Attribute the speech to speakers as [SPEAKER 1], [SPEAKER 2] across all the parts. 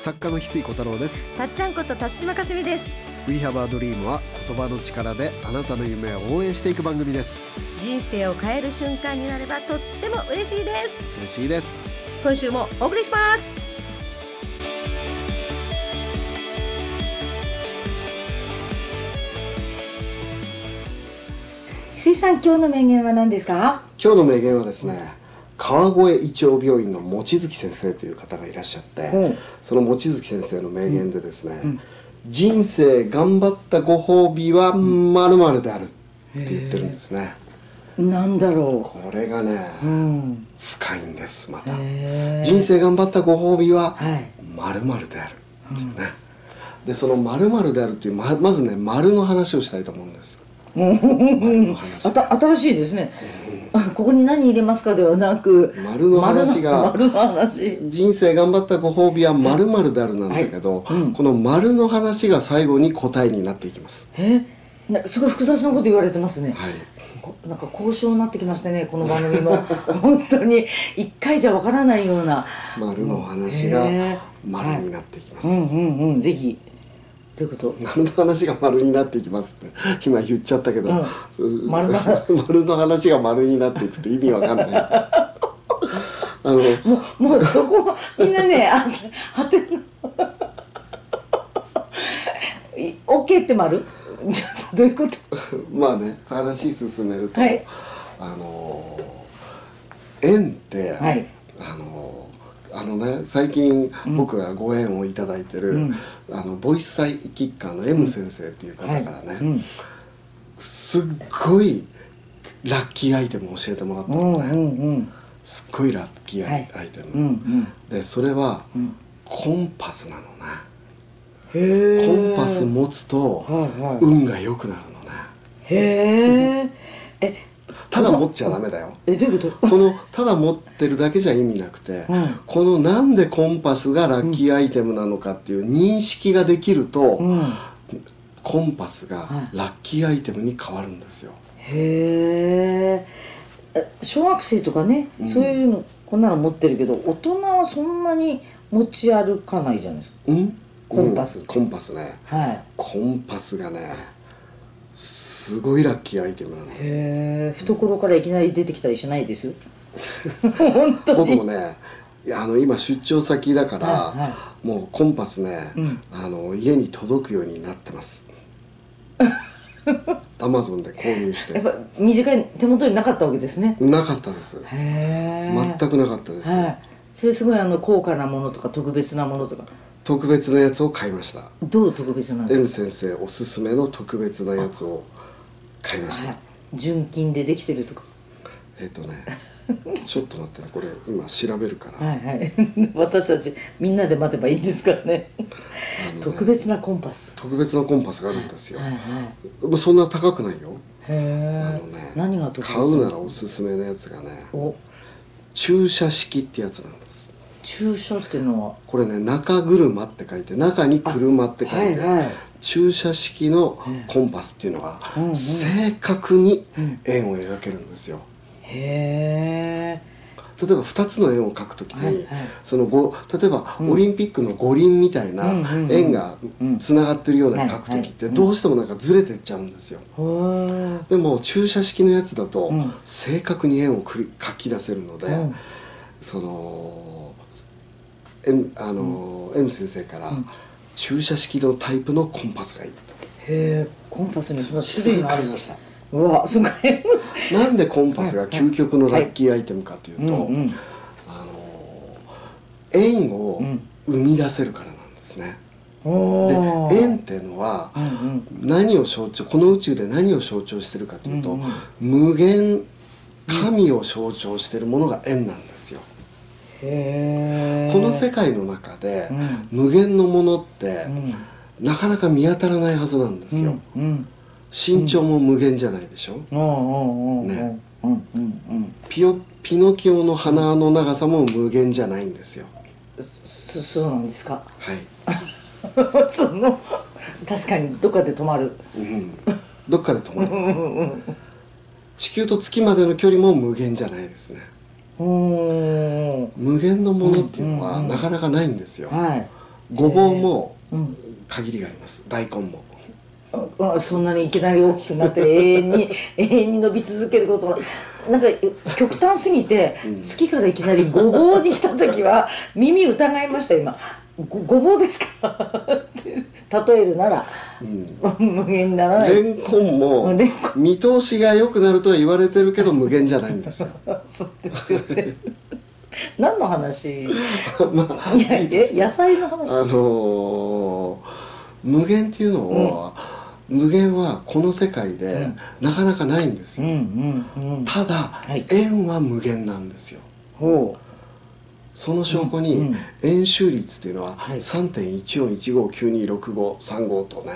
[SPEAKER 1] 作家の翡翠小太郎です
[SPEAKER 2] たっちゃんこと辰島かすみです
[SPEAKER 1] We have a dream は言葉の力であなたの夢を応援していく番組です
[SPEAKER 2] 人生を変える瞬間になればとっても嬉しいです
[SPEAKER 1] 嬉しいです
[SPEAKER 2] 今週もお送りします
[SPEAKER 3] 水さん今日の名言は何ですか
[SPEAKER 1] 今日の名言はですね川越一丁病院の望月先生という方がいらっしゃって、
[SPEAKER 3] うん
[SPEAKER 1] その望月先生の名言でですね、人生頑張ったご褒美はまるまるであるって言ってるんですね、
[SPEAKER 3] なんだろ
[SPEAKER 1] これがね、
[SPEAKER 3] ううん
[SPEAKER 1] 深いんですまた
[SPEAKER 3] へー
[SPEAKER 1] 人生頑張ったご褒美は
[SPEAKER 3] はい
[SPEAKER 1] 〇〇であるっていうね、でその〇〇であるっていうままずね丸の話をしたいと思うんです丸の話
[SPEAKER 3] あた新しいですね、あここに何入れますかではなく
[SPEAKER 1] 丸の話が
[SPEAKER 3] 丸の丸の話
[SPEAKER 1] 人生頑張ったご褒美は〇〇であるなんだけど、この丸の話が最後に答えになっていきます
[SPEAKER 3] えなんかすごい複雑なこと言われてますね、
[SPEAKER 1] はい
[SPEAKER 3] こなんか交渉になってきましたねこの番組も 本当に一回じゃわからないような
[SPEAKER 1] 丸の話が
[SPEAKER 3] へー
[SPEAKER 1] 丸になっていきます、
[SPEAKER 3] うんうんうんぜひということ
[SPEAKER 1] 丸の話が丸になっていきますって 今言っちゃったけど、
[SPEAKER 3] うん
[SPEAKER 1] そう
[SPEAKER 3] 丸の
[SPEAKER 1] 丸の話が丸になっていくって意味わかんない あの
[SPEAKER 3] もうもうそこはみんなねあ果てのい OK って丸ちょっとどういうこと
[SPEAKER 1] まあね話進めると、
[SPEAKER 3] はい
[SPEAKER 1] あの縁って、
[SPEAKER 3] はい
[SPEAKER 1] あのあのね最近僕がご縁をいただいてる、あのボイスサイキッカーの M 先生っていう方からね、
[SPEAKER 3] うん
[SPEAKER 1] すっごいラッキーアイテムを教えてもらった
[SPEAKER 3] う
[SPEAKER 1] のね。
[SPEAKER 3] んうんうん
[SPEAKER 1] すっごいラッキーアイ,、
[SPEAKER 3] はい
[SPEAKER 1] テム、
[SPEAKER 3] うんうん
[SPEAKER 1] でそれは、コンパスなのね
[SPEAKER 3] へえ
[SPEAKER 1] コンパス持つと、
[SPEAKER 3] はいはい
[SPEAKER 1] 運が良くなるのね
[SPEAKER 3] へええ
[SPEAKER 1] ただ持っちゃダメだよ
[SPEAKER 3] えどういうこと
[SPEAKER 1] このただ持ってるだけじゃ意味なくて、
[SPEAKER 3] うん
[SPEAKER 1] このなんでコンパスがラッキーアイテムなのかっていう認識ができると、
[SPEAKER 3] うん
[SPEAKER 1] コンパスがラッキーアイテムに変わるんですよ、
[SPEAKER 3] へえ小学生とかね、そういうのこんなの持ってるけど大人はそんなに持ち歩かないじゃないです
[SPEAKER 1] うん
[SPEAKER 3] コンパス
[SPEAKER 1] うんコンパスね
[SPEAKER 3] かはい
[SPEAKER 1] コンパスがねすごいラッキーアイテムなんです
[SPEAKER 3] へえ懐からいきなり出てきたりしないで すよ本 当
[SPEAKER 1] 僕
[SPEAKER 3] に
[SPEAKER 1] もねいやあの今出張先だから、
[SPEAKER 3] はいは
[SPEAKER 1] もうコンパスね、
[SPEAKER 3] ん
[SPEAKER 1] あの家に届くようになってます アマゾンで購入し
[SPEAKER 3] やってぱ短い手元になかったわけですね
[SPEAKER 1] なかったです
[SPEAKER 3] へえ
[SPEAKER 1] 全くなかったです、
[SPEAKER 3] はいそれすごいあの高価なものとか特別なものとか
[SPEAKER 1] 特別なやつを買いました
[SPEAKER 3] どう特別なんです
[SPEAKER 1] M 先生おすすめの特別なやつを買いまし
[SPEAKER 3] か、は
[SPEAKER 1] た
[SPEAKER 3] い、純金でできてるとか
[SPEAKER 1] えっ、と ねちょっと待ってねこれ今調べるから、
[SPEAKER 3] はいはい 私たちみんなで待てばいいんですからね
[SPEAKER 1] あのね
[SPEAKER 3] 特別なコンパス
[SPEAKER 1] 特別なコンパスがあるんですよ、
[SPEAKER 3] はいはい
[SPEAKER 1] もうそんな高くないよ
[SPEAKER 3] へえ
[SPEAKER 1] あのね
[SPEAKER 3] 何が特別
[SPEAKER 1] 買うならおすすめのやつがね
[SPEAKER 3] お
[SPEAKER 1] 注射式ってやつなんです
[SPEAKER 3] 注射っていうのは
[SPEAKER 1] これね中車って書いて中に車って書いて、
[SPEAKER 3] あはいはい
[SPEAKER 1] 注射式のコンパスっていうのが正確に円を描けるんですよ
[SPEAKER 3] へえ
[SPEAKER 1] 例えば2つの円を描くときに、
[SPEAKER 3] はいはい
[SPEAKER 1] そのご例えばオリンピックの五輪みたいな円がつながってるようなの描くときってどうしてもなんかずれてっちゃうんですよ
[SPEAKER 3] へえ
[SPEAKER 1] でも注射式のやつだと
[SPEAKER 3] ん
[SPEAKER 1] 正確に円をくり書き出せるので、
[SPEAKER 3] うん
[SPEAKER 1] その M, あの、M 先生から、注射式のタイプのコンパスがいいと
[SPEAKER 3] へえコンパスにそんな
[SPEAKER 1] す
[SPEAKER 3] 種
[SPEAKER 1] ぐ
[SPEAKER 3] 類があ
[SPEAKER 1] 買
[SPEAKER 3] る
[SPEAKER 1] い
[SPEAKER 3] ん
[SPEAKER 1] ま
[SPEAKER 3] です
[SPEAKER 1] した
[SPEAKER 3] うわすごい
[SPEAKER 1] なんでコンパスが究極のラッキーアイテムかというと、
[SPEAKER 3] はいはいうんうん
[SPEAKER 1] あの円を生み出せるからなんですね、
[SPEAKER 3] お
[SPEAKER 1] で
[SPEAKER 3] ー
[SPEAKER 1] 円っていうのは
[SPEAKER 3] うん
[SPEAKER 1] 何を象徴この宇宙で何を象徴してるかというと、無限神を象徴してるものが円なんですよ、
[SPEAKER 3] へえ
[SPEAKER 1] この世界の中で、無限のものって、なかなか見当たらないはずなんですよ、
[SPEAKER 3] うん
[SPEAKER 1] 身長も無限じゃないでしょ、
[SPEAKER 3] おーおーおーおー
[SPEAKER 1] ね
[SPEAKER 3] うんうんうん
[SPEAKER 1] ピヨピノキオの鼻の長さも無限じゃないんですよ
[SPEAKER 3] そそうなんですか
[SPEAKER 1] はい、
[SPEAKER 3] その確かにどっかで止まる
[SPEAKER 1] うん、どっかで止まります地球と月までの距離も無限じゃないですね
[SPEAKER 3] おー
[SPEAKER 1] 無限のものっていうのはなかなかないんですよ、
[SPEAKER 3] はい
[SPEAKER 1] ごぼうも
[SPEAKER 3] うん
[SPEAKER 1] 限りがあります大根も
[SPEAKER 3] ああそんなにいきなり大きくなって永遠に 永遠に伸び続けることがなんか極端すぎて月からいきなりごぼうに来た時は耳疑いました今ごごぼうですか って例えるなら、無限にならない
[SPEAKER 1] レンコンも
[SPEAKER 3] レンコ
[SPEAKER 1] 見通しが良くなるとは言われてるけど無限じゃないんですよ
[SPEAKER 3] そうですよね何の話い
[SPEAKER 1] まあい
[SPEAKER 3] や
[SPEAKER 1] いです
[SPEAKER 3] え野菜の話
[SPEAKER 1] あのー無限っていうのを、無限はこの世界でなかなかないんです
[SPEAKER 3] う
[SPEAKER 1] よ、
[SPEAKER 3] んうんうん
[SPEAKER 1] ただ、
[SPEAKER 3] い
[SPEAKER 1] 円は無限なんですよ
[SPEAKER 3] ほ
[SPEAKER 1] その証拠
[SPEAKER 3] うんう
[SPEAKER 1] に
[SPEAKER 3] ん
[SPEAKER 1] 円周率っていうのは
[SPEAKER 3] はい
[SPEAKER 1] 3.1415926535とね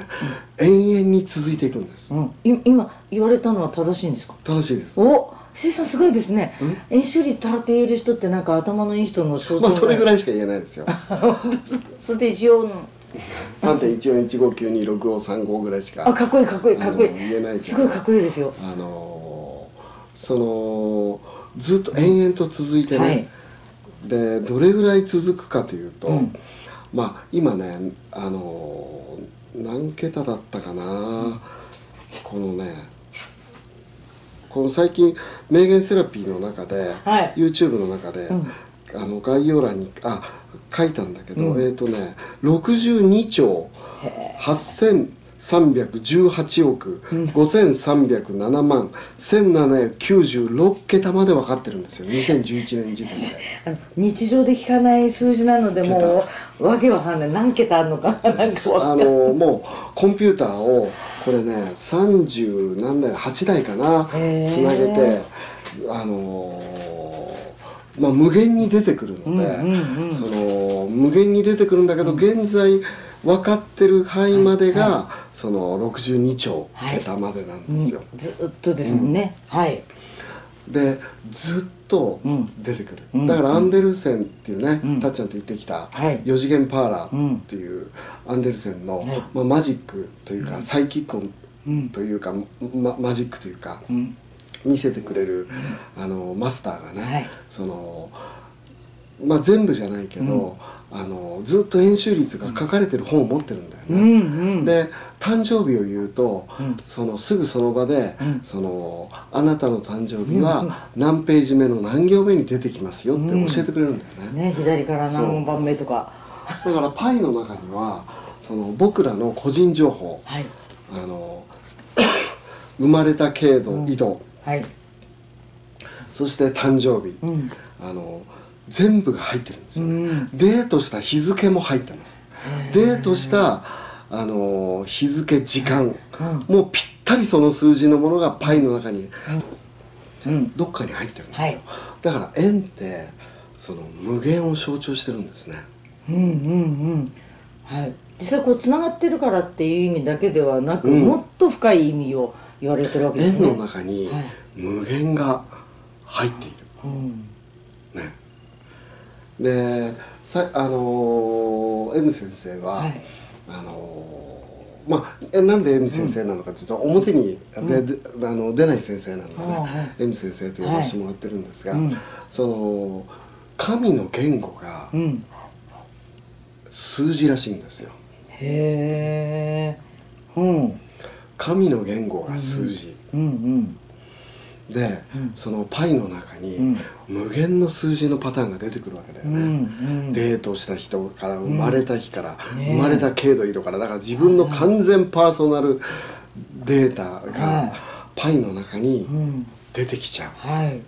[SPEAKER 1] 延々に続いていくんです
[SPEAKER 3] う、うん、い今言われたのは正しいんですか
[SPEAKER 1] 正しいです
[SPEAKER 3] お石井さんすごいですね
[SPEAKER 1] ん
[SPEAKER 3] 演習率高って言える人ってなんか頭のいい人の象徴
[SPEAKER 1] まあそれぐ
[SPEAKER 3] い
[SPEAKER 1] らいしか言えないですよ
[SPEAKER 3] それで一応
[SPEAKER 1] 3.1415926535ぐらいし
[SPEAKER 3] あ
[SPEAKER 1] か
[SPEAKER 3] かっこいいかっこいいかっこいい
[SPEAKER 1] あの言えないけど
[SPEAKER 3] すごいかっこいいですよ
[SPEAKER 1] あのーそのずっと延々と続いてね、
[SPEAKER 3] はい
[SPEAKER 1] でどれぐらい続くかというと、
[SPEAKER 3] うん
[SPEAKER 1] まあ今ねあのー何桁だったかな、このねこの最近名言セラピーの中で、
[SPEAKER 3] はい
[SPEAKER 1] YouTube の中で、
[SPEAKER 3] ん
[SPEAKER 1] あの概要欄にあ書いたんだけど、
[SPEAKER 3] うん
[SPEAKER 1] えっ、とね62兆8318億5307万1796桁まで分かってるんですよ2011年時点で
[SPEAKER 3] あの日常で聞かない数字なのでもうわけわかんない何桁あるのかなんか
[SPEAKER 1] あのもうコンピューターをこれね30何台8台かな
[SPEAKER 3] へー
[SPEAKER 1] つなげてあのまあ、無限に出てくるので、
[SPEAKER 3] うんうんうん
[SPEAKER 1] その無限に出てくるんだけど、現在分かってる範囲までが、その62兆
[SPEAKER 3] はい
[SPEAKER 1] 桁までなん
[SPEAKER 3] うん
[SPEAKER 1] ですよ。
[SPEAKER 3] ずっとですもんね、はい
[SPEAKER 1] でずっと出てくる、
[SPEAKER 3] うん
[SPEAKER 1] だからアンデルセンっていうね、
[SPEAKER 3] うん
[SPEAKER 1] たっちゃんと言ってきた
[SPEAKER 3] はい
[SPEAKER 1] 「四次元パーラー」っていうアンデルセンの、
[SPEAKER 3] はい
[SPEAKER 1] まあ、マジックというか、サイキック
[SPEAKER 3] うん
[SPEAKER 1] というか、まマジックというか、
[SPEAKER 3] うん
[SPEAKER 1] 見せてくれる、あのマスターがね、
[SPEAKER 3] はい
[SPEAKER 1] そのまあ全部じゃないけど、あのずっと演習率が書かれてる本を持ってるんだよね。
[SPEAKER 3] うんうん
[SPEAKER 1] で誕生日を言うと、そのすぐその場で、
[SPEAKER 3] ん
[SPEAKER 1] その「あなたの誕生日は何ページ目の何行目に出てきますよ」って教えてくれるんだよね。
[SPEAKER 3] ね左から何番目とか
[SPEAKER 1] だからパイの中にはその僕らの個人情報
[SPEAKER 3] はい
[SPEAKER 1] あ の生まれた経度、緯度
[SPEAKER 3] はい
[SPEAKER 1] そして誕生日、
[SPEAKER 3] うん
[SPEAKER 1] あの全部が入ってるんですよね、
[SPEAKER 3] うん
[SPEAKER 1] デートした日付も入ってますデートしたあの日付時間、もうぴったりその数字のものがパイの中に、
[SPEAKER 3] うん
[SPEAKER 1] どっかに入ってるんですよ、
[SPEAKER 3] はい
[SPEAKER 1] だから円ってその無限を象徴してるんですね
[SPEAKER 3] うんうんうんはい実際こうつながってるからっていう意味だけではなく、
[SPEAKER 1] うん
[SPEAKER 3] もっと深い意味を言われてるわけで
[SPEAKER 1] 円
[SPEAKER 3] すね
[SPEAKER 1] の中に
[SPEAKER 3] はい
[SPEAKER 1] 無限が入っている、
[SPEAKER 3] うん
[SPEAKER 1] ねでさあのー M 先生は、
[SPEAKER 3] はい
[SPEAKER 1] あのーまあえなんで M 先生なのかというと、表にで、であの出ない先生なのでね、
[SPEAKER 3] ああはい
[SPEAKER 1] M 先生と呼ばせてもらってるんですが、
[SPEAKER 3] はいうん
[SPEAKER 1] その神の言語が
[SPEAKER 3] うん
[SPEAKER 1] 数字らしいんですよ
[SPEAKER 3] へえうんうん
[SPEAKER 1] 神の言語が数字、
[SPEAKER 3] うん
[SPEAKER 1] で、そのパイの中に
[SPEAKER 3] ん
[SPEAKER 1] 無限の数字のパターンが出てくるわけだよ
[SPEAKER 3] う
[SPEAKER 1] ね、
[SPEAKER 3] ん
[SPEAKER 1] デートした人から生まれた日から、
[SPEAKER 3] ねえ
[SPEAKER 1] 生まれた経度緯度からだから自分の完全パーソナルデータ
[SPEAKER 3] はい
[SPEAKER 1] がパイの中に
[SPEAKER 3] うんうん
[SPEAKER 1] 出てきちゃう
[SPEAKER 3] はいへ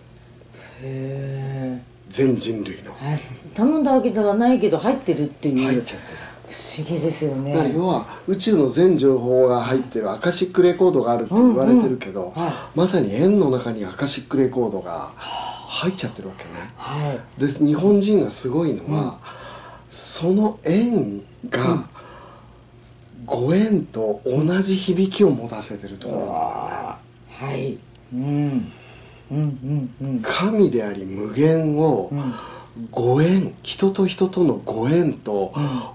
[SPEAKER 3] え
[SPEAKER 1] 全人類の
[SPEAKER 3] はい頼んだわけではないけど入ってるっていう
[SPEAKER 1] 入っちゃって
[SPEAKER 3] 不思議ですよね
[SPEAKER 1] るだから要は宇宙の全情報が入ってるアカシックレコードがあるって言われてるけど、
[SPEAKER 3] うんうんはい
[SPEAKER 1] まさに円の中にアカシックレコードが入っちゃってるわけね
[SPEAKER 3] はい
[SPEAKER 1] です日本人がすごいのは、その円がご縁と同じ響きを持たせてるところなんだよね
[SPEAKER 3] はいうんうんうんうん
[SPEAKER 1] 神であり無限をご縁人と人とのご縁と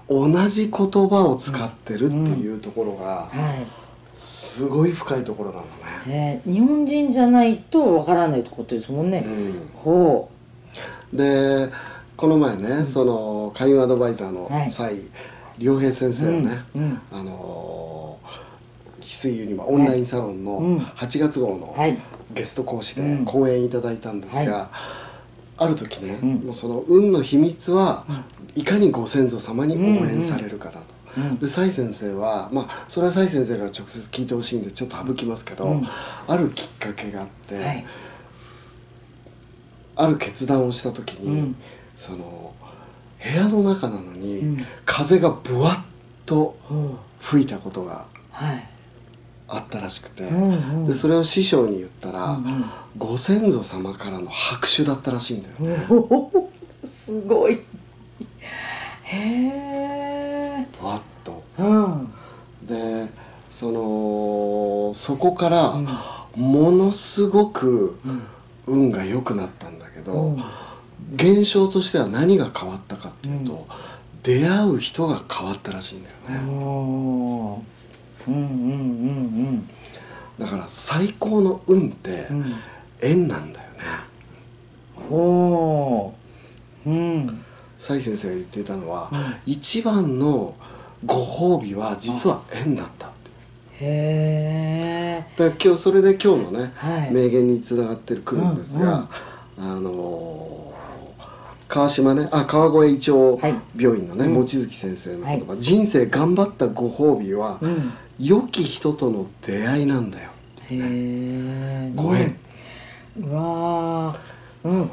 [SPEAKER 1] 同じ言葉を使ってるっていうところが
[SPEAKER 3] はい
[SPEAKER 1] すごい深いところなのね
[SPEAKER 3] えー、日本人じゃないとわからないってことですもんね、
[SPEAKER 1] うん
[SPEAKER 3] ほ
[SPEAKER 1] でこの前ね、その開運アドバイザーの
[SPEAKER 3] はい
[SPEAKER 1] 際、良平先生のね、
[SPEAKER 3] うんうん
[SPEAKER 1] あのー翡翠湯にはオンラインサロン
[SPEAKER 3] うん
[SPEAKER 1] の8月号の
[SPEAKER 3] はい
[SPEAKER 1] ゲスト講師
[SPEAKER 3] う
[SPEAKER 1] で
[SPEAKER 3] ん
[SPEAKER 1] 講演いただいたんですが、
[SPEAKER 3] は
[SPEAKER 1] ある時ね、
[SPEAKER 3] ん
[SPEAKER 1] もうその運の秘密はいかにご先祖様に応援されるかだと。
[SPEAKER 3] うん
[SPEAKER 1] で蔡先生はまあそれは蔡先生から直接聞いてほしいんでちょっと省きますけど、
[SPEAKER 3] うん
[SPEAKER 1] あるきっかけがあって、
[SPEAKER 3] はい
[SPEAKER 1] ある決断をした時に、
[SPEAKER 3] うん
[SPEAKER 1] その部屋の中なのに、
[SPEAKER 3] うん
[SPEAKER 1] 風がぶわっと
[SPEAKER 3] うん
[SPEAKER 1] 吹いたことが
[SPEAKER 3] はい
[SPEAKER 1] あったらしくて、
[SPEAKER 3] うんうん
[SPEAKER 1] でそれを師匠に言ったら、
[SPEAKER 3] うんうん
[SPEAKER 1] ご先祖様からの拍手だったらしいんだよね、
[SPEAKER 3] おーすごいへえ
[SPEAKER 1] ぶわっと。
[SPEAKER 3] うん
[SPEAKER 1] でそのそこから、
[SPEAKER 3] ん
[SPEAKER 1] ものすごく運が良くなったんだけど、
[SPEAKER 3] うん
[SPEAKER 1] 現象としては何が変わったかっていうと、
[SPEAKER 3] う
[SPEAKER 1] 出会う人が変わったらしいんだよね、
[SPEAKER 3] おーうんうんうん
[SPEAKER 1] だから最高の運って
[SPEAKER 3] うんうん
[SPEAKER 1] 縁なんだよね
[SPEAKER 3] おーうん
[SPEAKER 1] 蔡先生が言っていたのは、一番のご褒美は実は縁だったって
[SPEAKER 3] へえ
[SPEAKER 1] だから今日それで今日のね、
[SPEAKER 3] はい
[SPEAKER 1] 名言につながってるくるんですが、あのー川島ねあ川越一応
[SPEAKER 3] はい
[SPEAKER 1] 病院のね、
[SPEAKER 3] うん
[SPEAKER 1] 望月先生の言葉、人生頑張ったご褒美は、
[SPEAKER 3] うん
[SPEAKER 1] 良き人との出会いなんだよ
[SPEAKER 3] へえ
[SPEAKER 1] ご縁、
[SPEAKER 3] うわーうん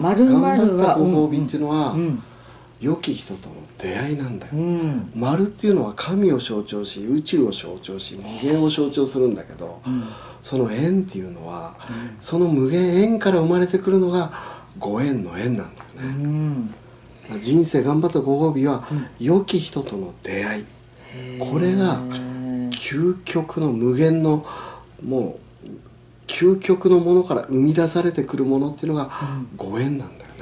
[SPEAKER 3] まる
[SPEAKER 1] 頑
[SPEAKER 3] まる
[SPEAKER 1] 張っ
[SPEAKER 3] は
[SPEAKER 1] たご褒美っていうのは、
[SPEAKER 3] うん
[SPEAKER 1] 良き人との出会いなんだよ、
[SPEAKER 3] うん
[SPEAKER 1] 丸っていうのは神を象徴し宇宙を象徴し無限を象徴するんだけど、その縁っていうのは、その無限縁から生まれてくるのがご縁の縁なんだよ
[SPEAKER 3] う
[SPEAKER 1] ね、
[SPEAKER 3] ん
[SPEAKER 1] 人生頑張ったご褒美は、良き人との出会いこれが
[SPEAKER 3] へ
[SPEAKER 1] 究極の無限のもう究極のものから生み出されてくるものっていうのがご縁なんだよね、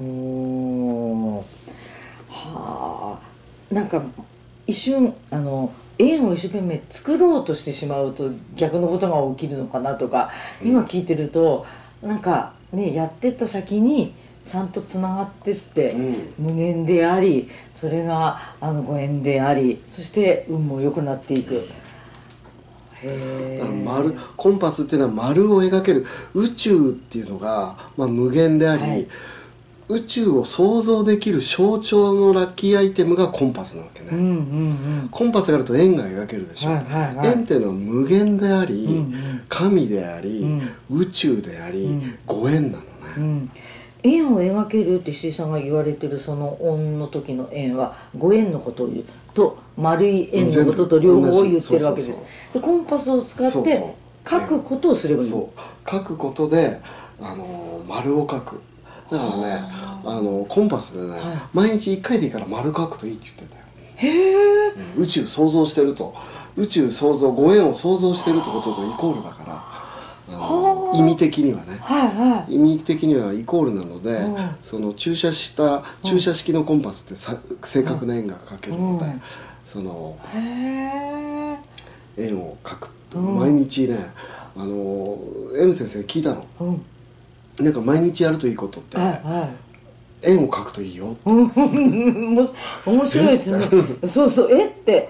[SPEAKER 3] えおーはあなんか一瞬あの縁を一生懸命作ろうとしてしまうと逆のことが起きるのかなとか今聞いてると、なんかねやってった先にちゃんとつながってって、
[SPEAKER 1] う
[SPEAKER 3] 無限でありそれがあのご縁でありそして運も良くなっていく。へえ
[SPEAKER 1] だから丸コンパスっていうのは丸を描ける宇宙っていうのが、まあ、無限であり、
[SPEAKER 3] はい
[SPEAKER 1] 宇宙を想像できる象徴のラッキーアイテムがコンパスなわけね、
[SPEAKER 3] うんうん
[SPEAKER 1] コンパスがあると円が描けるでしょ、
[SPEAKER 3] はいはいはい
[SPEAKER 1] 円っていうのは無限であり、
[SPEAKER 3] うんうん
[SPEAKER 1] 神であり、宇宙であり、
[SPEAKER 3] うん
[SPEAKER 1] ご縁なのね、
[SPEAKER 3] うんうん円を描けるって石井さんが言われてるその「恩」の時の「円」はご縁のことを言うと丸い円のことと両方を言ってるわけです
[SPEAKER 1] そう
[SPEAKER 3] でコンパスを使っ
[SPEAKER 1] そう
[SPEAKER 3] て
[SPEAKER 1] そう
[SPEAKER 3] 書くことをすればいい
[SPEAKER 1] そう書くことで、あのー丸を書くだからねあのーコンパスでね、毎日1回でいいから丸書くといいって言ってたよへえ宇宙想像してると宇宙想像ご縁を想像してるってこととイコールだから、あのー意味的にはね
[SPEAKER 3] はいは
[SPEAKER 1] 意味的にはイコールなので、
[SPEAKER 3] うん
[SPEAKER 1] その注射した注射式のコンパスってさ正確な円が描けるので、
[SPEAKER 3] うん
[SPEAKER 1] その
[SPEAKER 3] いへえ
[SPEAKER 1] 円を描くと、
[SPEAKER 3] うん
[SPEAKER 1] 毎日ねあのー M 先生に聞いたの
[SPEAKER 3] うん
[SPEAKER 1] なんか毎日やるといいことって、
[SPEAKER 3] はいはい
[SPEAKER 1] 円を描くといいよって、
[SPEAKER 3] うんもし面白いです ねそうそうえって、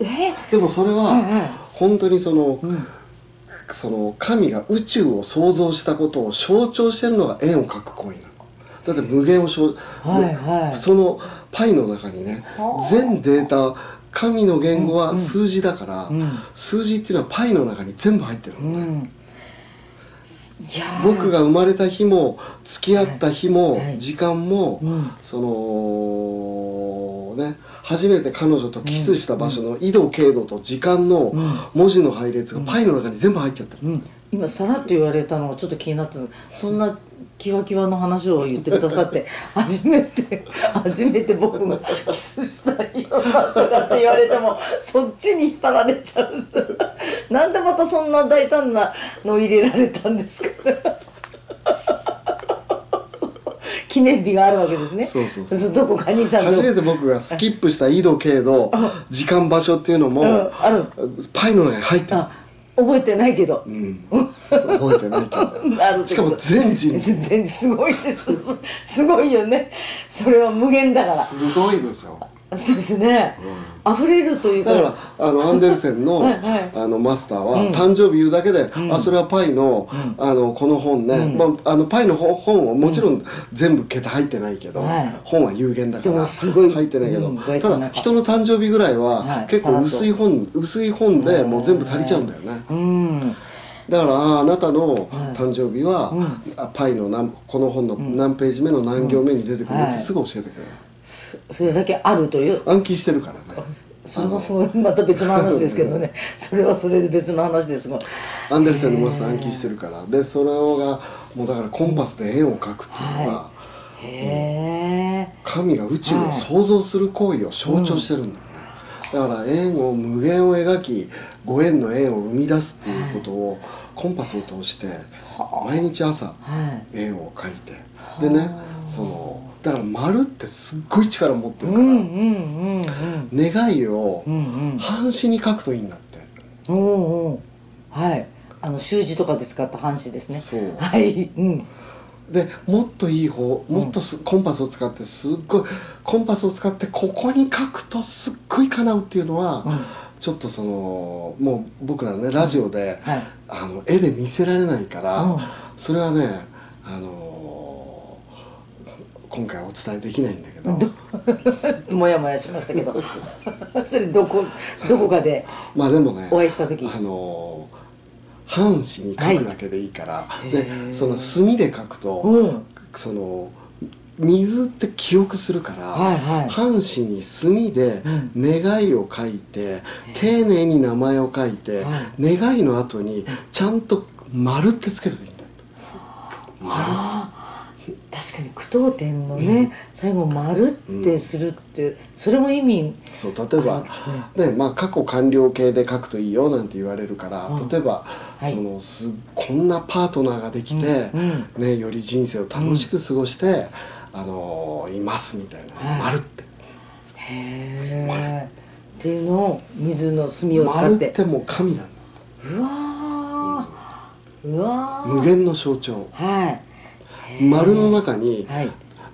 [SPEAKER 3] え
[SPEAKER 1] でもそれ
[SPEAKER 3] はいはい
[SPEAKER 1] は本当にその、
[SPEAKER 3] ん
[SPEAKER 1] その神が宇宙を創造したことを象徴してるのが円を描く行為なのだって無限を象、
[SPEAKER 3] はいはい
[SPEAKER 1] そのパイの中にね
[SPEAKER 3] はあ
[SPEAKER 1] 全データ神の言語は数字だから、
[SPEAKER 3] ん
[SPEAKER 1] 数字っていうのはパイの中に全部入ってるのね、
[SPEAKER 3] うんいやー
[SPEAKER 1] 僕が生まれた日も付き合った日も
[SPEAKER 3] はい
[SPEAKER 1] 時間も、
[SPEAKER 3] うん
[SPEAKER 1] そのね初めて彼女とキスした場所の緯度経度と時間の文字の配列がパイの中に全部入っちゃってる、
[SPEAKER 3] うん、今さらっと言われたのがちょっと気になったのそんなキワキワの話を言ってくださって 初めて初めて僕がキスしたいよとかって言われてもそっちに引っ張られちゃう なんでまたそんな大胆なの入れられたんですかね そう記念日があるわけですね
[SPEAKER 1] そうそうそう
[SPEAKER 3] どこかにちゃんと
[SPEAKER 1] 初めて僕がスキップした緯度経度時間場所っていうのも、
[SPEAKER 3] うんある
[SPEAKER 1] パイの中に入ってる
[SPEAKER 3] あ、覚えてないけど、
[SPEAKER 1] うん、覚えてないけ
[SPEAKER 3] なるほど
[SPEAKER 1] どしかも全人 類
[SPEAKER 3] 全然すごいですすすごいよねそれは無限だから
[SPEAKER 1] すごいでしょ
[SPEAKER 3] そうですね、溢れるという
[SPEAKER 1] だからあのアンデルセンの
[SPEAKER 3] はいはい
[SPEAKER 1] あのマスターは誕生日言うだけで、あそれはパイの,、あのこの本ね、まあ、あのパイの本本はもちろん全部桁入ってないけど、
[SPEAKER 3] はい
[SPEAKER 1] 本は有限だか
[SPEAKER 3] で
[SPEAKER 1] ら
[SPEAKER 3] もすごい
[SPEAKER 1] 入ってないけど、
[SPEAKER 3] うん
[SPEAKER 1] ただ人の誕生日ぐらい
[SPEAKER 3] はい
[SPEAKER 1] は結構薄い本、薄い本でもう全部足りちゃうんだよね。
[SPEAKER 3] うん
[SPEAKER 1] だからああなたの誕生日は、あパイの何この本の何ページ目の何行目に出てくる
[SPEAKER 3] うん
[SPEAKER 1] っ
[SPEAKER 3] は
[SPEAKER 1] て
[SPEAKER 3] い
[SPEAKER 1] すぐ教えてくれる、
[SPEAKER 3] そそれだけあるという
[SPEAKER 1] 暗記してるからね
[SPEAKER 3] それはそうまた別の話ですけ どねそれはそれで別の話ですが
[SPEAKER 1] アンデルセンのマス暗記してるからでそれがもうだからコンパスで円を描くっていうのは、
[SPEAKER 3] へえ
[SPEAKER 1] 神が宇宙を創造する行為を象徴してるんだよね、だから円を無限を描き五円の円を生み出すっていうことをコンパスを通して毎日朝
[SPEAKER 3] はい
[SPEAKER 1] 円を描いてでねそのだから丸ってすっごい力持ってるから、
[SPEAKER 3] うんうんうん
[SPEAKER 1] 願いを
[SPEAKER 3] うん
[SPEAKER 1] 半紙に書くといいんだって、
[SPEAKER 3] うんうんうんはいあの習字とかで使った半紙ですね
[SPEAKER 1] そう
[SPEAKER 3] はいうん
[SPEAKER 1] でもっといい方もっとす、コンパスを使ってすっごいコンパスを使ってここに書くとすっごい叶うっていうのは、ちょっとそのもう僕らねラジオで、
[SPEAKER 3] はい
[SPEAKER 1] あの絵で見せられないから、
[SPEAKER 3] うん
[SPEAKER 1] それはねあのー今回お伝えできないんだけど
[SPEAKER 3] もやもやしましたけど それどこどこかで
[SPEAKER 1] まあでもね
[SPEAKER 3] お会いした時
[SPEAKER 1] あのー半紙に書くだけでいいから、
[SPEAKER 3] いへー
[SPEAKER 1] でその墨で書くと、
[SPEAKER 3] うん
[SPEAKER 1] その水って記憶するから、
[SPEAKER 3] はいはい
[SPEAKER 1] 半紙に墨で願いを書いて、丁寧に名前を書いて、
[SPEAKER 3] は
[SPEAKER 1] 願いの後にちゃんと丸ってつけるといいんだって丸
[SPEAKER 3] 確かに句読点のね、最後「丸ってするって、それも意味
[SPEAKER 1] そう例え
[SPEAKER 3] あ
[SPEAKER 1] ば
[SPEAKER 3] るんですね、
[SPEAKER 1] ねまあ、過去完了形で書くといいよなんて言われるから、
[SPEAKER 3] うん
[SPEAKER 1] 例えば、
[SPEAKER 3] い
[SPEAKER 1] そのすこんなパートナーができて、
[SPEAKER 3] うん
[SPEAKER 1] ね、より人生を楽しく過ごして、あのーいますみたいな、
[SPEAKER 3] はい
[SPEAKER 1] 丸って
[SPEAKER 3] へえっていうのを水の墨を使
[SPEAKER 1] 丸
[SPEAKER 3] っ
[SPEAKER 1] っててもう神なんだ
[SPEAKER 3] うわー、うわー
[SPEAKER 1] 無限の象徴
[SPEAKER 3] はい
[SPEAKER 1] 丸の中に、
[SPEAKER 3] はい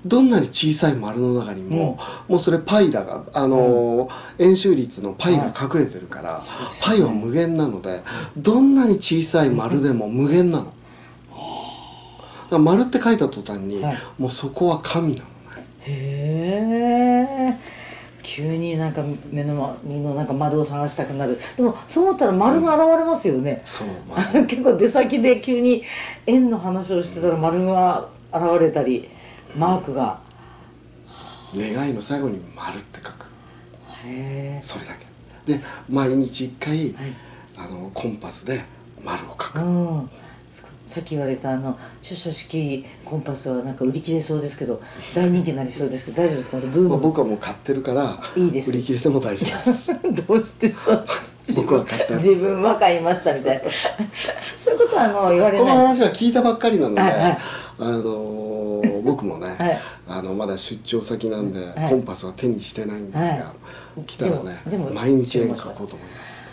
[SPEAKER 1] どんなに小さい丸の中にも、もうそれパイだがあのー、円周率のパイが隠れてるから、パイは無限なのでどんなに小さい丸でも無限なの。だから丸って書いた途端に、
[SPEAKER 3] はい
[SPEAKER 1] もうそこは神なのね。
[SPEAKER 3] へえ急になんか目の周りのなんか丸を探したくなるでもそう思ったら丸が現れますよね、
[SPEAKER 1] そう、まあ
[SPEAKER 3] あ 結構出先で急に円の話をしてたら丸が現れたりマークが、
[SPEAKER 1] 願いの最後に丸って書く。
[SPEAKER 3] へえ
[SPEAKER 1] それだけ。で毎日一回、
[SPEAKER 3] はい
[SPEAKER 1] あのコンパスで丸を書く。
[SPEAKER 3] うんすごいさっき言われたあの出社式コンパスはなんか売り切れそうですけど大人気になりそうですけど大丈夫ですかあれブーム、
[SPEAKER 1] まあ、僕はもう買ってるから
[SPEAKER 3] いいです
[SPEAKER 1] 売り切れても大丈夫です
[SPEAKER 3] どうしてそう
[SPEAKER 1] 僕は買った
[SPEAKER 3] 自分は買いましたみ たいなそういうことはあの言われ
[SPEAKER 1] この
[SPEAKER 3] ない
[SPEAKER 1] 話は聞いたばっかりなので、
[SPEAKER 3] はいはい
[SPEAKER 1] あのー僕もね、
[SPEAKER 3] はい
[SPEAKER 1] あのまだ出張先なんで、
[SPEAKER 3] はい
[SPEAKER 1] コンパスは手にしてないんですが、
[SPEAKER 3] は
[SPEAKER 1] 来たらね
[SPEAKER 3] でもでも
[SPEAKER 1] 毎日絵描こうと思います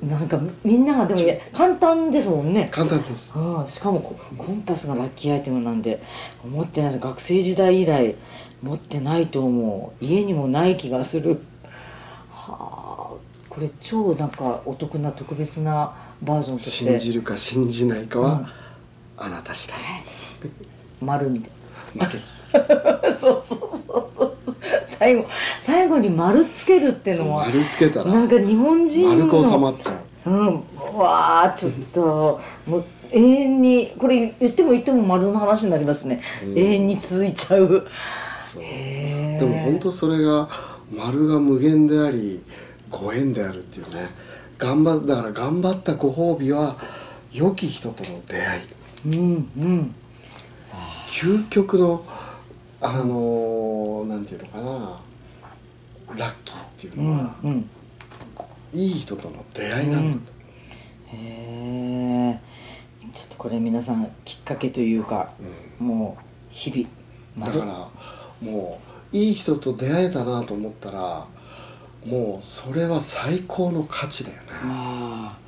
[SPEAKER 3] なんかみんながでもいや簡単ですもんね
[SPEAKER 1] 簡単です
[SPEAKER 3] ああしかもココンパスがラッキーアイテムなんで持ってないです学生時代以来持ってないと思う家にもない気がするはあこれ超なんかお得な特別なバージョンとし
[SPEAKER 1] 信じ
[SPEAKER 3] て
[SPEAKER 1] るか信じないかは、あなた次第
[SPEAKER 3] 丸みたいな
[SPEAKER 1] 負け
[SPEAKER 3] そうそうそう最後最後に丸つけるっていうのは
[SPEAKER 1] 丸つけたら
[SPEAKER 3] なんか日本人の
[SPEAKER 1] 丸く収まっちゃう
[SPEAKER 3] うんわあちょっともう永遠にこれ言っても言っても丸の話になりますね、永遠に続いちゃう
[SPEAKER 1] そう
[SPEAKER 3] へえ
[SPEAKER 1] でも本当それが丸が無限でありご縁であるっていうね頑張だから頑張ったご褒美は良き人との出会い
[SPEAKER 3] うんうん
[SPEAKER 1] 究極のあのーなんていうのかなラッキーっていうのは、
[SPEAKER 3] うん
[SPEAKER 1] いい人との出会いなんだと、
[SPEAKER 3] へえちょっとこれ皆さんきっかけというか、もう日々
[SPEAKER 1] だからもういい人と出会えたなと思ったらもうそれは最高の価値だよね、
[SPEAKER 3] あ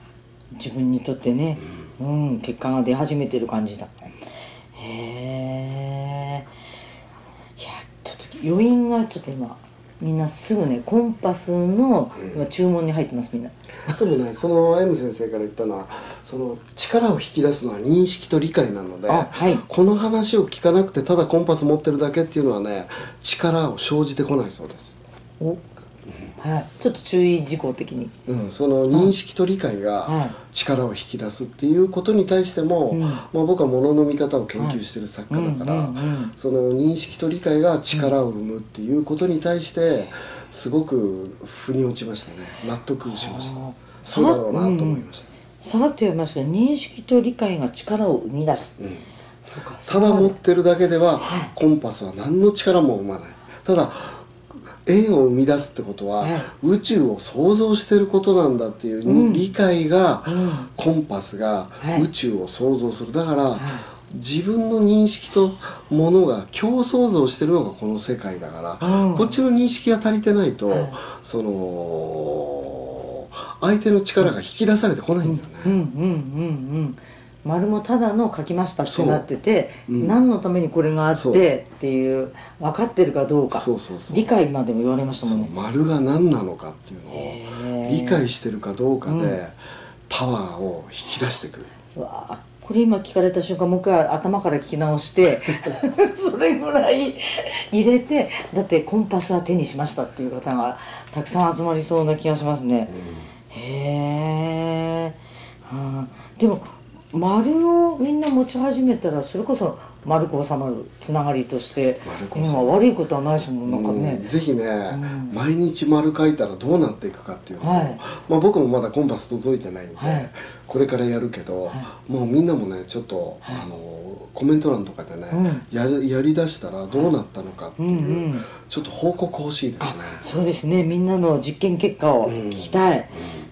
[SPEAKER 3] ー自分にとってね、うん結果が出始めてる感じだへえいやちょっと余韻がちょっと今みんなすぐねコンパスの今注文に入ってますみんな
[SPEAKER 1] でもねその M 先生から言ったのはその力を引き出すのは認識と理解なので、
[SPEAKER 3] あはい
[SPEAKER 1] この話を聞かなくてただコンパス持ってるだけっていうのはね力を生じてこないそうです、
[SPEAKER 3] おはいちょっと注意事項的に
[SPEAKER 1] うん、その認識と理解
[SPEAKER 3] は
[SPEAKER 1] が
[SPEAKER 3] い
[SPEAKER 1] 力を引き出すっていうことに対しても、まあ、僕は物の見方を研究してる作家だから、
[SPEAKER 3] うんうんうん
[SPEAKER 1] その認識と理解が力を生むっていうことに対してすごく腑に落ちましたね納得しました
[SPEAKER 3] あー
[SPEAKER 1] そうだろうなと思いました、
[SPEAKER 3] さらっと言いましたけど認識と理解が力を生み出す、そうか
[SPEAKER 1] ただ持ってるだけではコンパスは何の力も生まないただ円を生み出すってことは、
[SPEAKER 3] はい
[SPEAKER 1] 宇宙を想像してることなんだっていう理解が、コンパスが
[SPEAKER 3] はい
[SPEAKER 1] 宇宙を想像するだから、自分の認識とものが共創造してるのがこの世界だから、
[SPEAKER 3] うん
[SPEAKER 1] こっちの認識が足りてないと、
[SPEAKER 3] はい
[SPEAKER 1] その相手の力が引き出されてこないんだよね。
[SPEAKER 3] うんうんうんうん丸もただの書きましたってなってて、
[SPEAKER 1] そううん
[SPEAKER 3] 何のためにこれがあっ
[SPEAKER 1] そう
[SPEAKER 3] てっていう分かってるかどうか
[SPEAKER 1] そうそうそう
[SPEAKER 3] 理解までも言われました
[SPEAKER 1] そ
[SPEAKER 3] もん
[SPEAKER 1] の
[SPEAKER 3] ね
[SPEAKER 1] 丸が何なのかっていうの
[SPEAKER 3] へ
[SPEAKER 1] を
[SPEAKER 3] ー
[SPEAKER 1] 理解してるかどうかでパワーを引き出してくる、
[SPEAKER 3] うわあこれ今聞かれた瞬間もう一回頭から聞き直して それぐらい入れてだってコンパスは手にしましたっていう方がたくさん集まりそうな気がしますね、へえ、はあ、でも丸をみんな持ち始めたらそれこそ丸く収まるつながりとして
[SPEAKER 1] 丸く収まる
[SPEAKER 3] 今悪いことはないですもんなんか
[SPEAKER 1] うん
[SPEAKER 3] ね、
[SPEAKER 1] ぜひね、毎日丸書いたらどうなっていくかっていうのを、
[SPEAKER 3] はい
[SPEAKER 1] まあ、僕もまだコンパス届いてないんで、
[SPEAKER 3] はい
[SPEAKER 1] これからやるけど、もうみんなもねちょっと、あのコメント欄とかでね、やるやりだしたらどうなったのかっていう、
[SPEAKER 3] うんうん
[SPEAKER 1] ちょっと報告欲しいですね。
[SPEAKER 3] そうですねみんなの実験結果を聞きたい、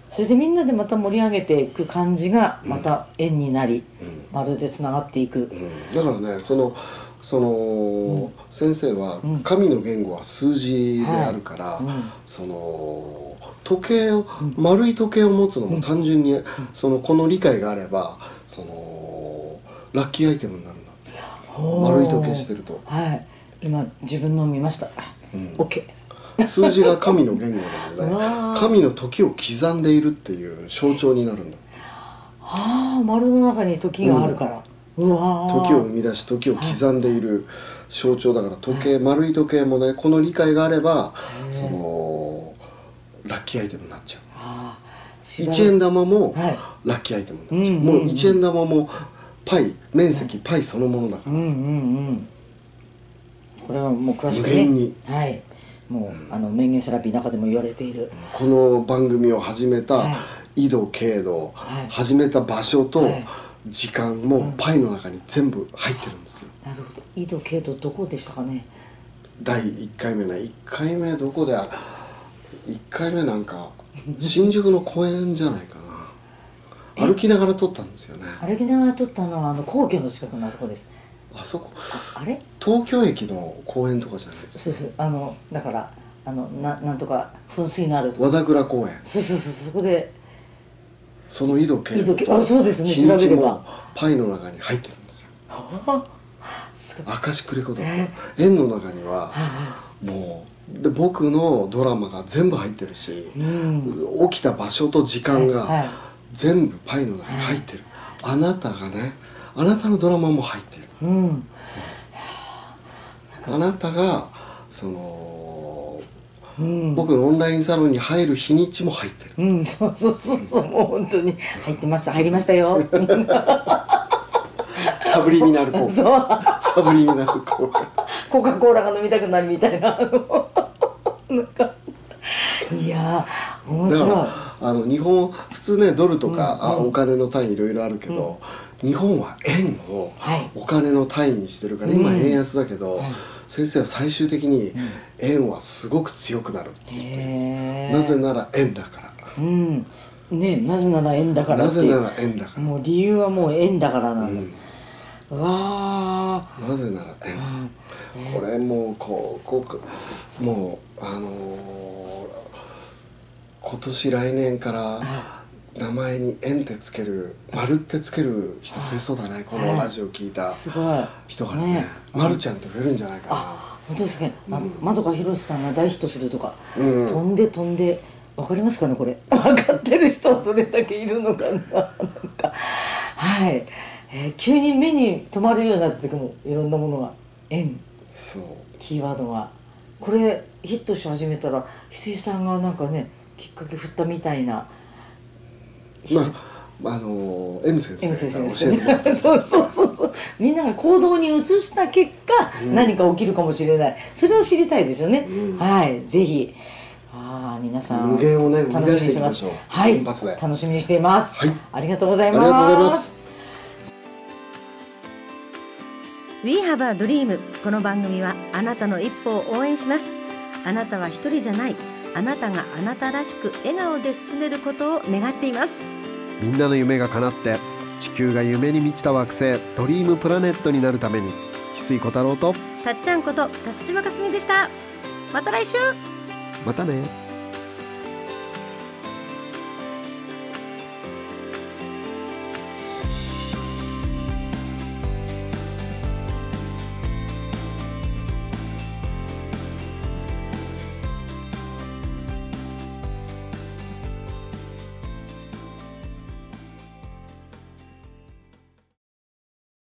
[SPEAKER 3] それでみんなでまた盛り上げていく感じがまた円になり、まるでつながっていく、
[SPEAKER 1] うんだからねそのその、先生は神の言語は数字であるから、その時計を、丸い時計を持つのも単純に、そのこの理解があればそのラッキーアイテムになるんだって
[SPEAKER 3] ほう
[SPEAKER 1] 丸い時計してると
[SPEAKER 3] はい今自分の見ました、オッケ
[SPEAKER 1] 数字が神の言語な
[SPEAKER 3] う
[SPEAKER 1] の
[SPEAKER 3] わ
[SPEAKER 1] で
[SPEAKER 3] ー
[SPEAKER 1] 神の時を刻んでいるっていう象徴になるんだ
[SPEAKER 3] ーはあ丸の中に時があるから、うわー
[SPEAKER 1] 時を生み出し時を刻んでいる象徴だから時計丸い時計もねこの理解があればそのラッキーアイテムになっちゃう
[SPEAKER 3] あーしばらく
[SPEAKER 1] 1円玉も
[SPEAKER 3] はい
[SPEAKER 1] ラッキーアイテムになっちゃう
[SPEAKER 3] うんうんうん
[SPEAKER 1] もう1円玉もパイ面積パイそのものだか
[SPEAKER 3] うんうんうんこれはもう詳しくね
[SPEAKER 1] 無限に
[SPEAKER 3] はいもう、あの名言セラピーの中でも言われている、
[SPEAKER 1] らこの番組を始めた
[SPEAKER 3] はい
[SPEAKER 1] 緯度経度
[SPEAKER 3] はい
[SPEAKER 1] 始めた場所と
[SPEAKER 3] はい
[SPEAKER 1] 時間もパイの中に全部入ってるんですよ
[SPEAKER 3] なるほど緯度経度どこでしたかね
[SPEAKER 1] 第1回目ね1回目どこで1回目なんか新宿の公園じゃないかな歩きながら撮ったんですよね
[SPEAKER 3] 歩きながら撮ったのはあの皇居の近くのあそこです
[SPEAKER 1] あそこ
[SPEAKER 3] あれ
[SPEAKER 1] 東京駅の公園とかじゃないです
[SPEAKER 3] そうそうあのだからあのななんとか噴水のあるとこ
[SPEAKER 1] 和田倉公園
[SPEAKER 3] そうそうそうそこで
[SPEAKER 1] その井戸経
[SPEAKER 3] 井戸
[SPEAKER 1] 路
[SPEAKER 3] 経
[SPEAKER 1] と
[SPEAKER 3] あそうですね
[SPEAKER 1] 日にち
[SPEAKER 3] 調べれ
[SPEAKER 1] も
[SPEAKER 3] ば
[SPEAKER 1] パイの中に入ってるんですよ
[SPEAKER 3] す
[SPEAKER 1] 明石栗子だった園の中にはもうで僕のドラマが全部入ってるし、起きた場所と時間
[SPEAKER 3] はいは
[SPEAKER 1] が
[SPEAKER 3] い
[SPEAKER 1] 全部パイの中に入ってる、あなたがねあなたのドラマも入ってる
[SPEAKER 3] ごいうん
[SPEAKER 1] あなたがその、
[SPEAKER 3] うん
[SPEAKER 1] 僕のオンラインサロンに入る日にちも入ってる
[SPEAKER 3] うんそうそうそうそうもう本当に入ってました入りました よ
[SPEAKER 1] サブリミナル効果
[SPEAKER 3] そう
[SPEAKER 1] サブリミナル効果
[SPEAKER 3] コカ・コーラが飲みたくなるみたいなあ のなんかいやー面
[SPEAKER 1] だか
[SPEAKER 3] 白い
[SPEAKER 1] らあの日本普通ねドルとか、あお金の単位いろいろあるけど、日本は円を
[SPEAKER 3] はい
[SPEAKER 1] お金の単位にしてるから、今円安だけど、先生は最終的に円はすごく強くなるって言ってる、
[SPEAKER 3] へー
[SPEAKER 1] なぜなら円だか
[SPEAKER 3] うんねなぜなら円だからら
[SPEAKER 1] な
[SPEAKER 3] って
[SPEAKER 1] ぜ
[SPEAKER 3] いう
[SPEAKER 1] なら円だから
[SPEAKER 3] もう理由はもう縁だからなんだ、うわあ
[SPEAKER 1] なぜなら円、これもうこうこうかもうあのー今年来年から名前に「円」ってつける「丸」ってつける人増えそうだねこのラジオ聞いた
[SPEAKER 3] すごい
[SPEAKER 1] 人からね「丸ちゃん」って増えるんじゃないかな
[SPEAKER 3] 本当ですね、ま窓かひろしさんが大ヒットするとか、
[SPEAKER 1] うん
[SPEAKER 3] 飛んで飛んでわかりますかねこれ 分かってる人はどれだけいるのかななんかはい、えー急に目に留まるようになった時もいろんなものが円
[SPEAKER 1] そう
[SPEAKER 3] キーワードがこれヒットし始めたら翡翠さんがなんかねきっかけ振ったみたいな
[SPEAKER 1] まあまああの M 先
[SPEAKER 3] M
[SPEAKER 1] 生
[SPEAKER 3] 先
[SPEAKER 1] から
[SPEAKER 3] 生
[SPEAKER 1] 教えて
[SPEAKER 3] です
[SPEAKER 1] もらっ
[SPEAKER 3] ね そうそうそうそうみんなが行動に移した結果、何か起きるかもしれないそれを知りたいですよね、
[SPEAKER 1] うん
[SPEAKER 3] はいぜひああ皆さん
[SPEAKER 1] 無限をね
[SPEAKER 3] 楽みに
[SPEAKER 1] 生み出していきましょう
[SPEAKER 3] てますはい
[SPEAKER 1] 一発で
[SPEAKER 3] 楽しみにしています、
[SPEAKER 1] はい
[SPEAKER 3] ありがとうござい
[SPEAKER 1] あ
[SPEAKER 3] ま
[SPEAKER 1] り
[SPEAKER 3] す
[SPEAKER 1] がとうございます。
[SPEAKER 2] We have a dream この番組はあなたの一歩を応援しますあなたは一人じゃないあなたがあなたらしく笑顔で進めることを願っています
[SPEAKER 4] みんなの夢が叶って地球が夢に満ちた惑星ドリームプラネットになるために翡翠小太郎と
[SPEAKER 2] たっちゃんこと辰島かすみでしたまた来週
[SPEAKER 4] またね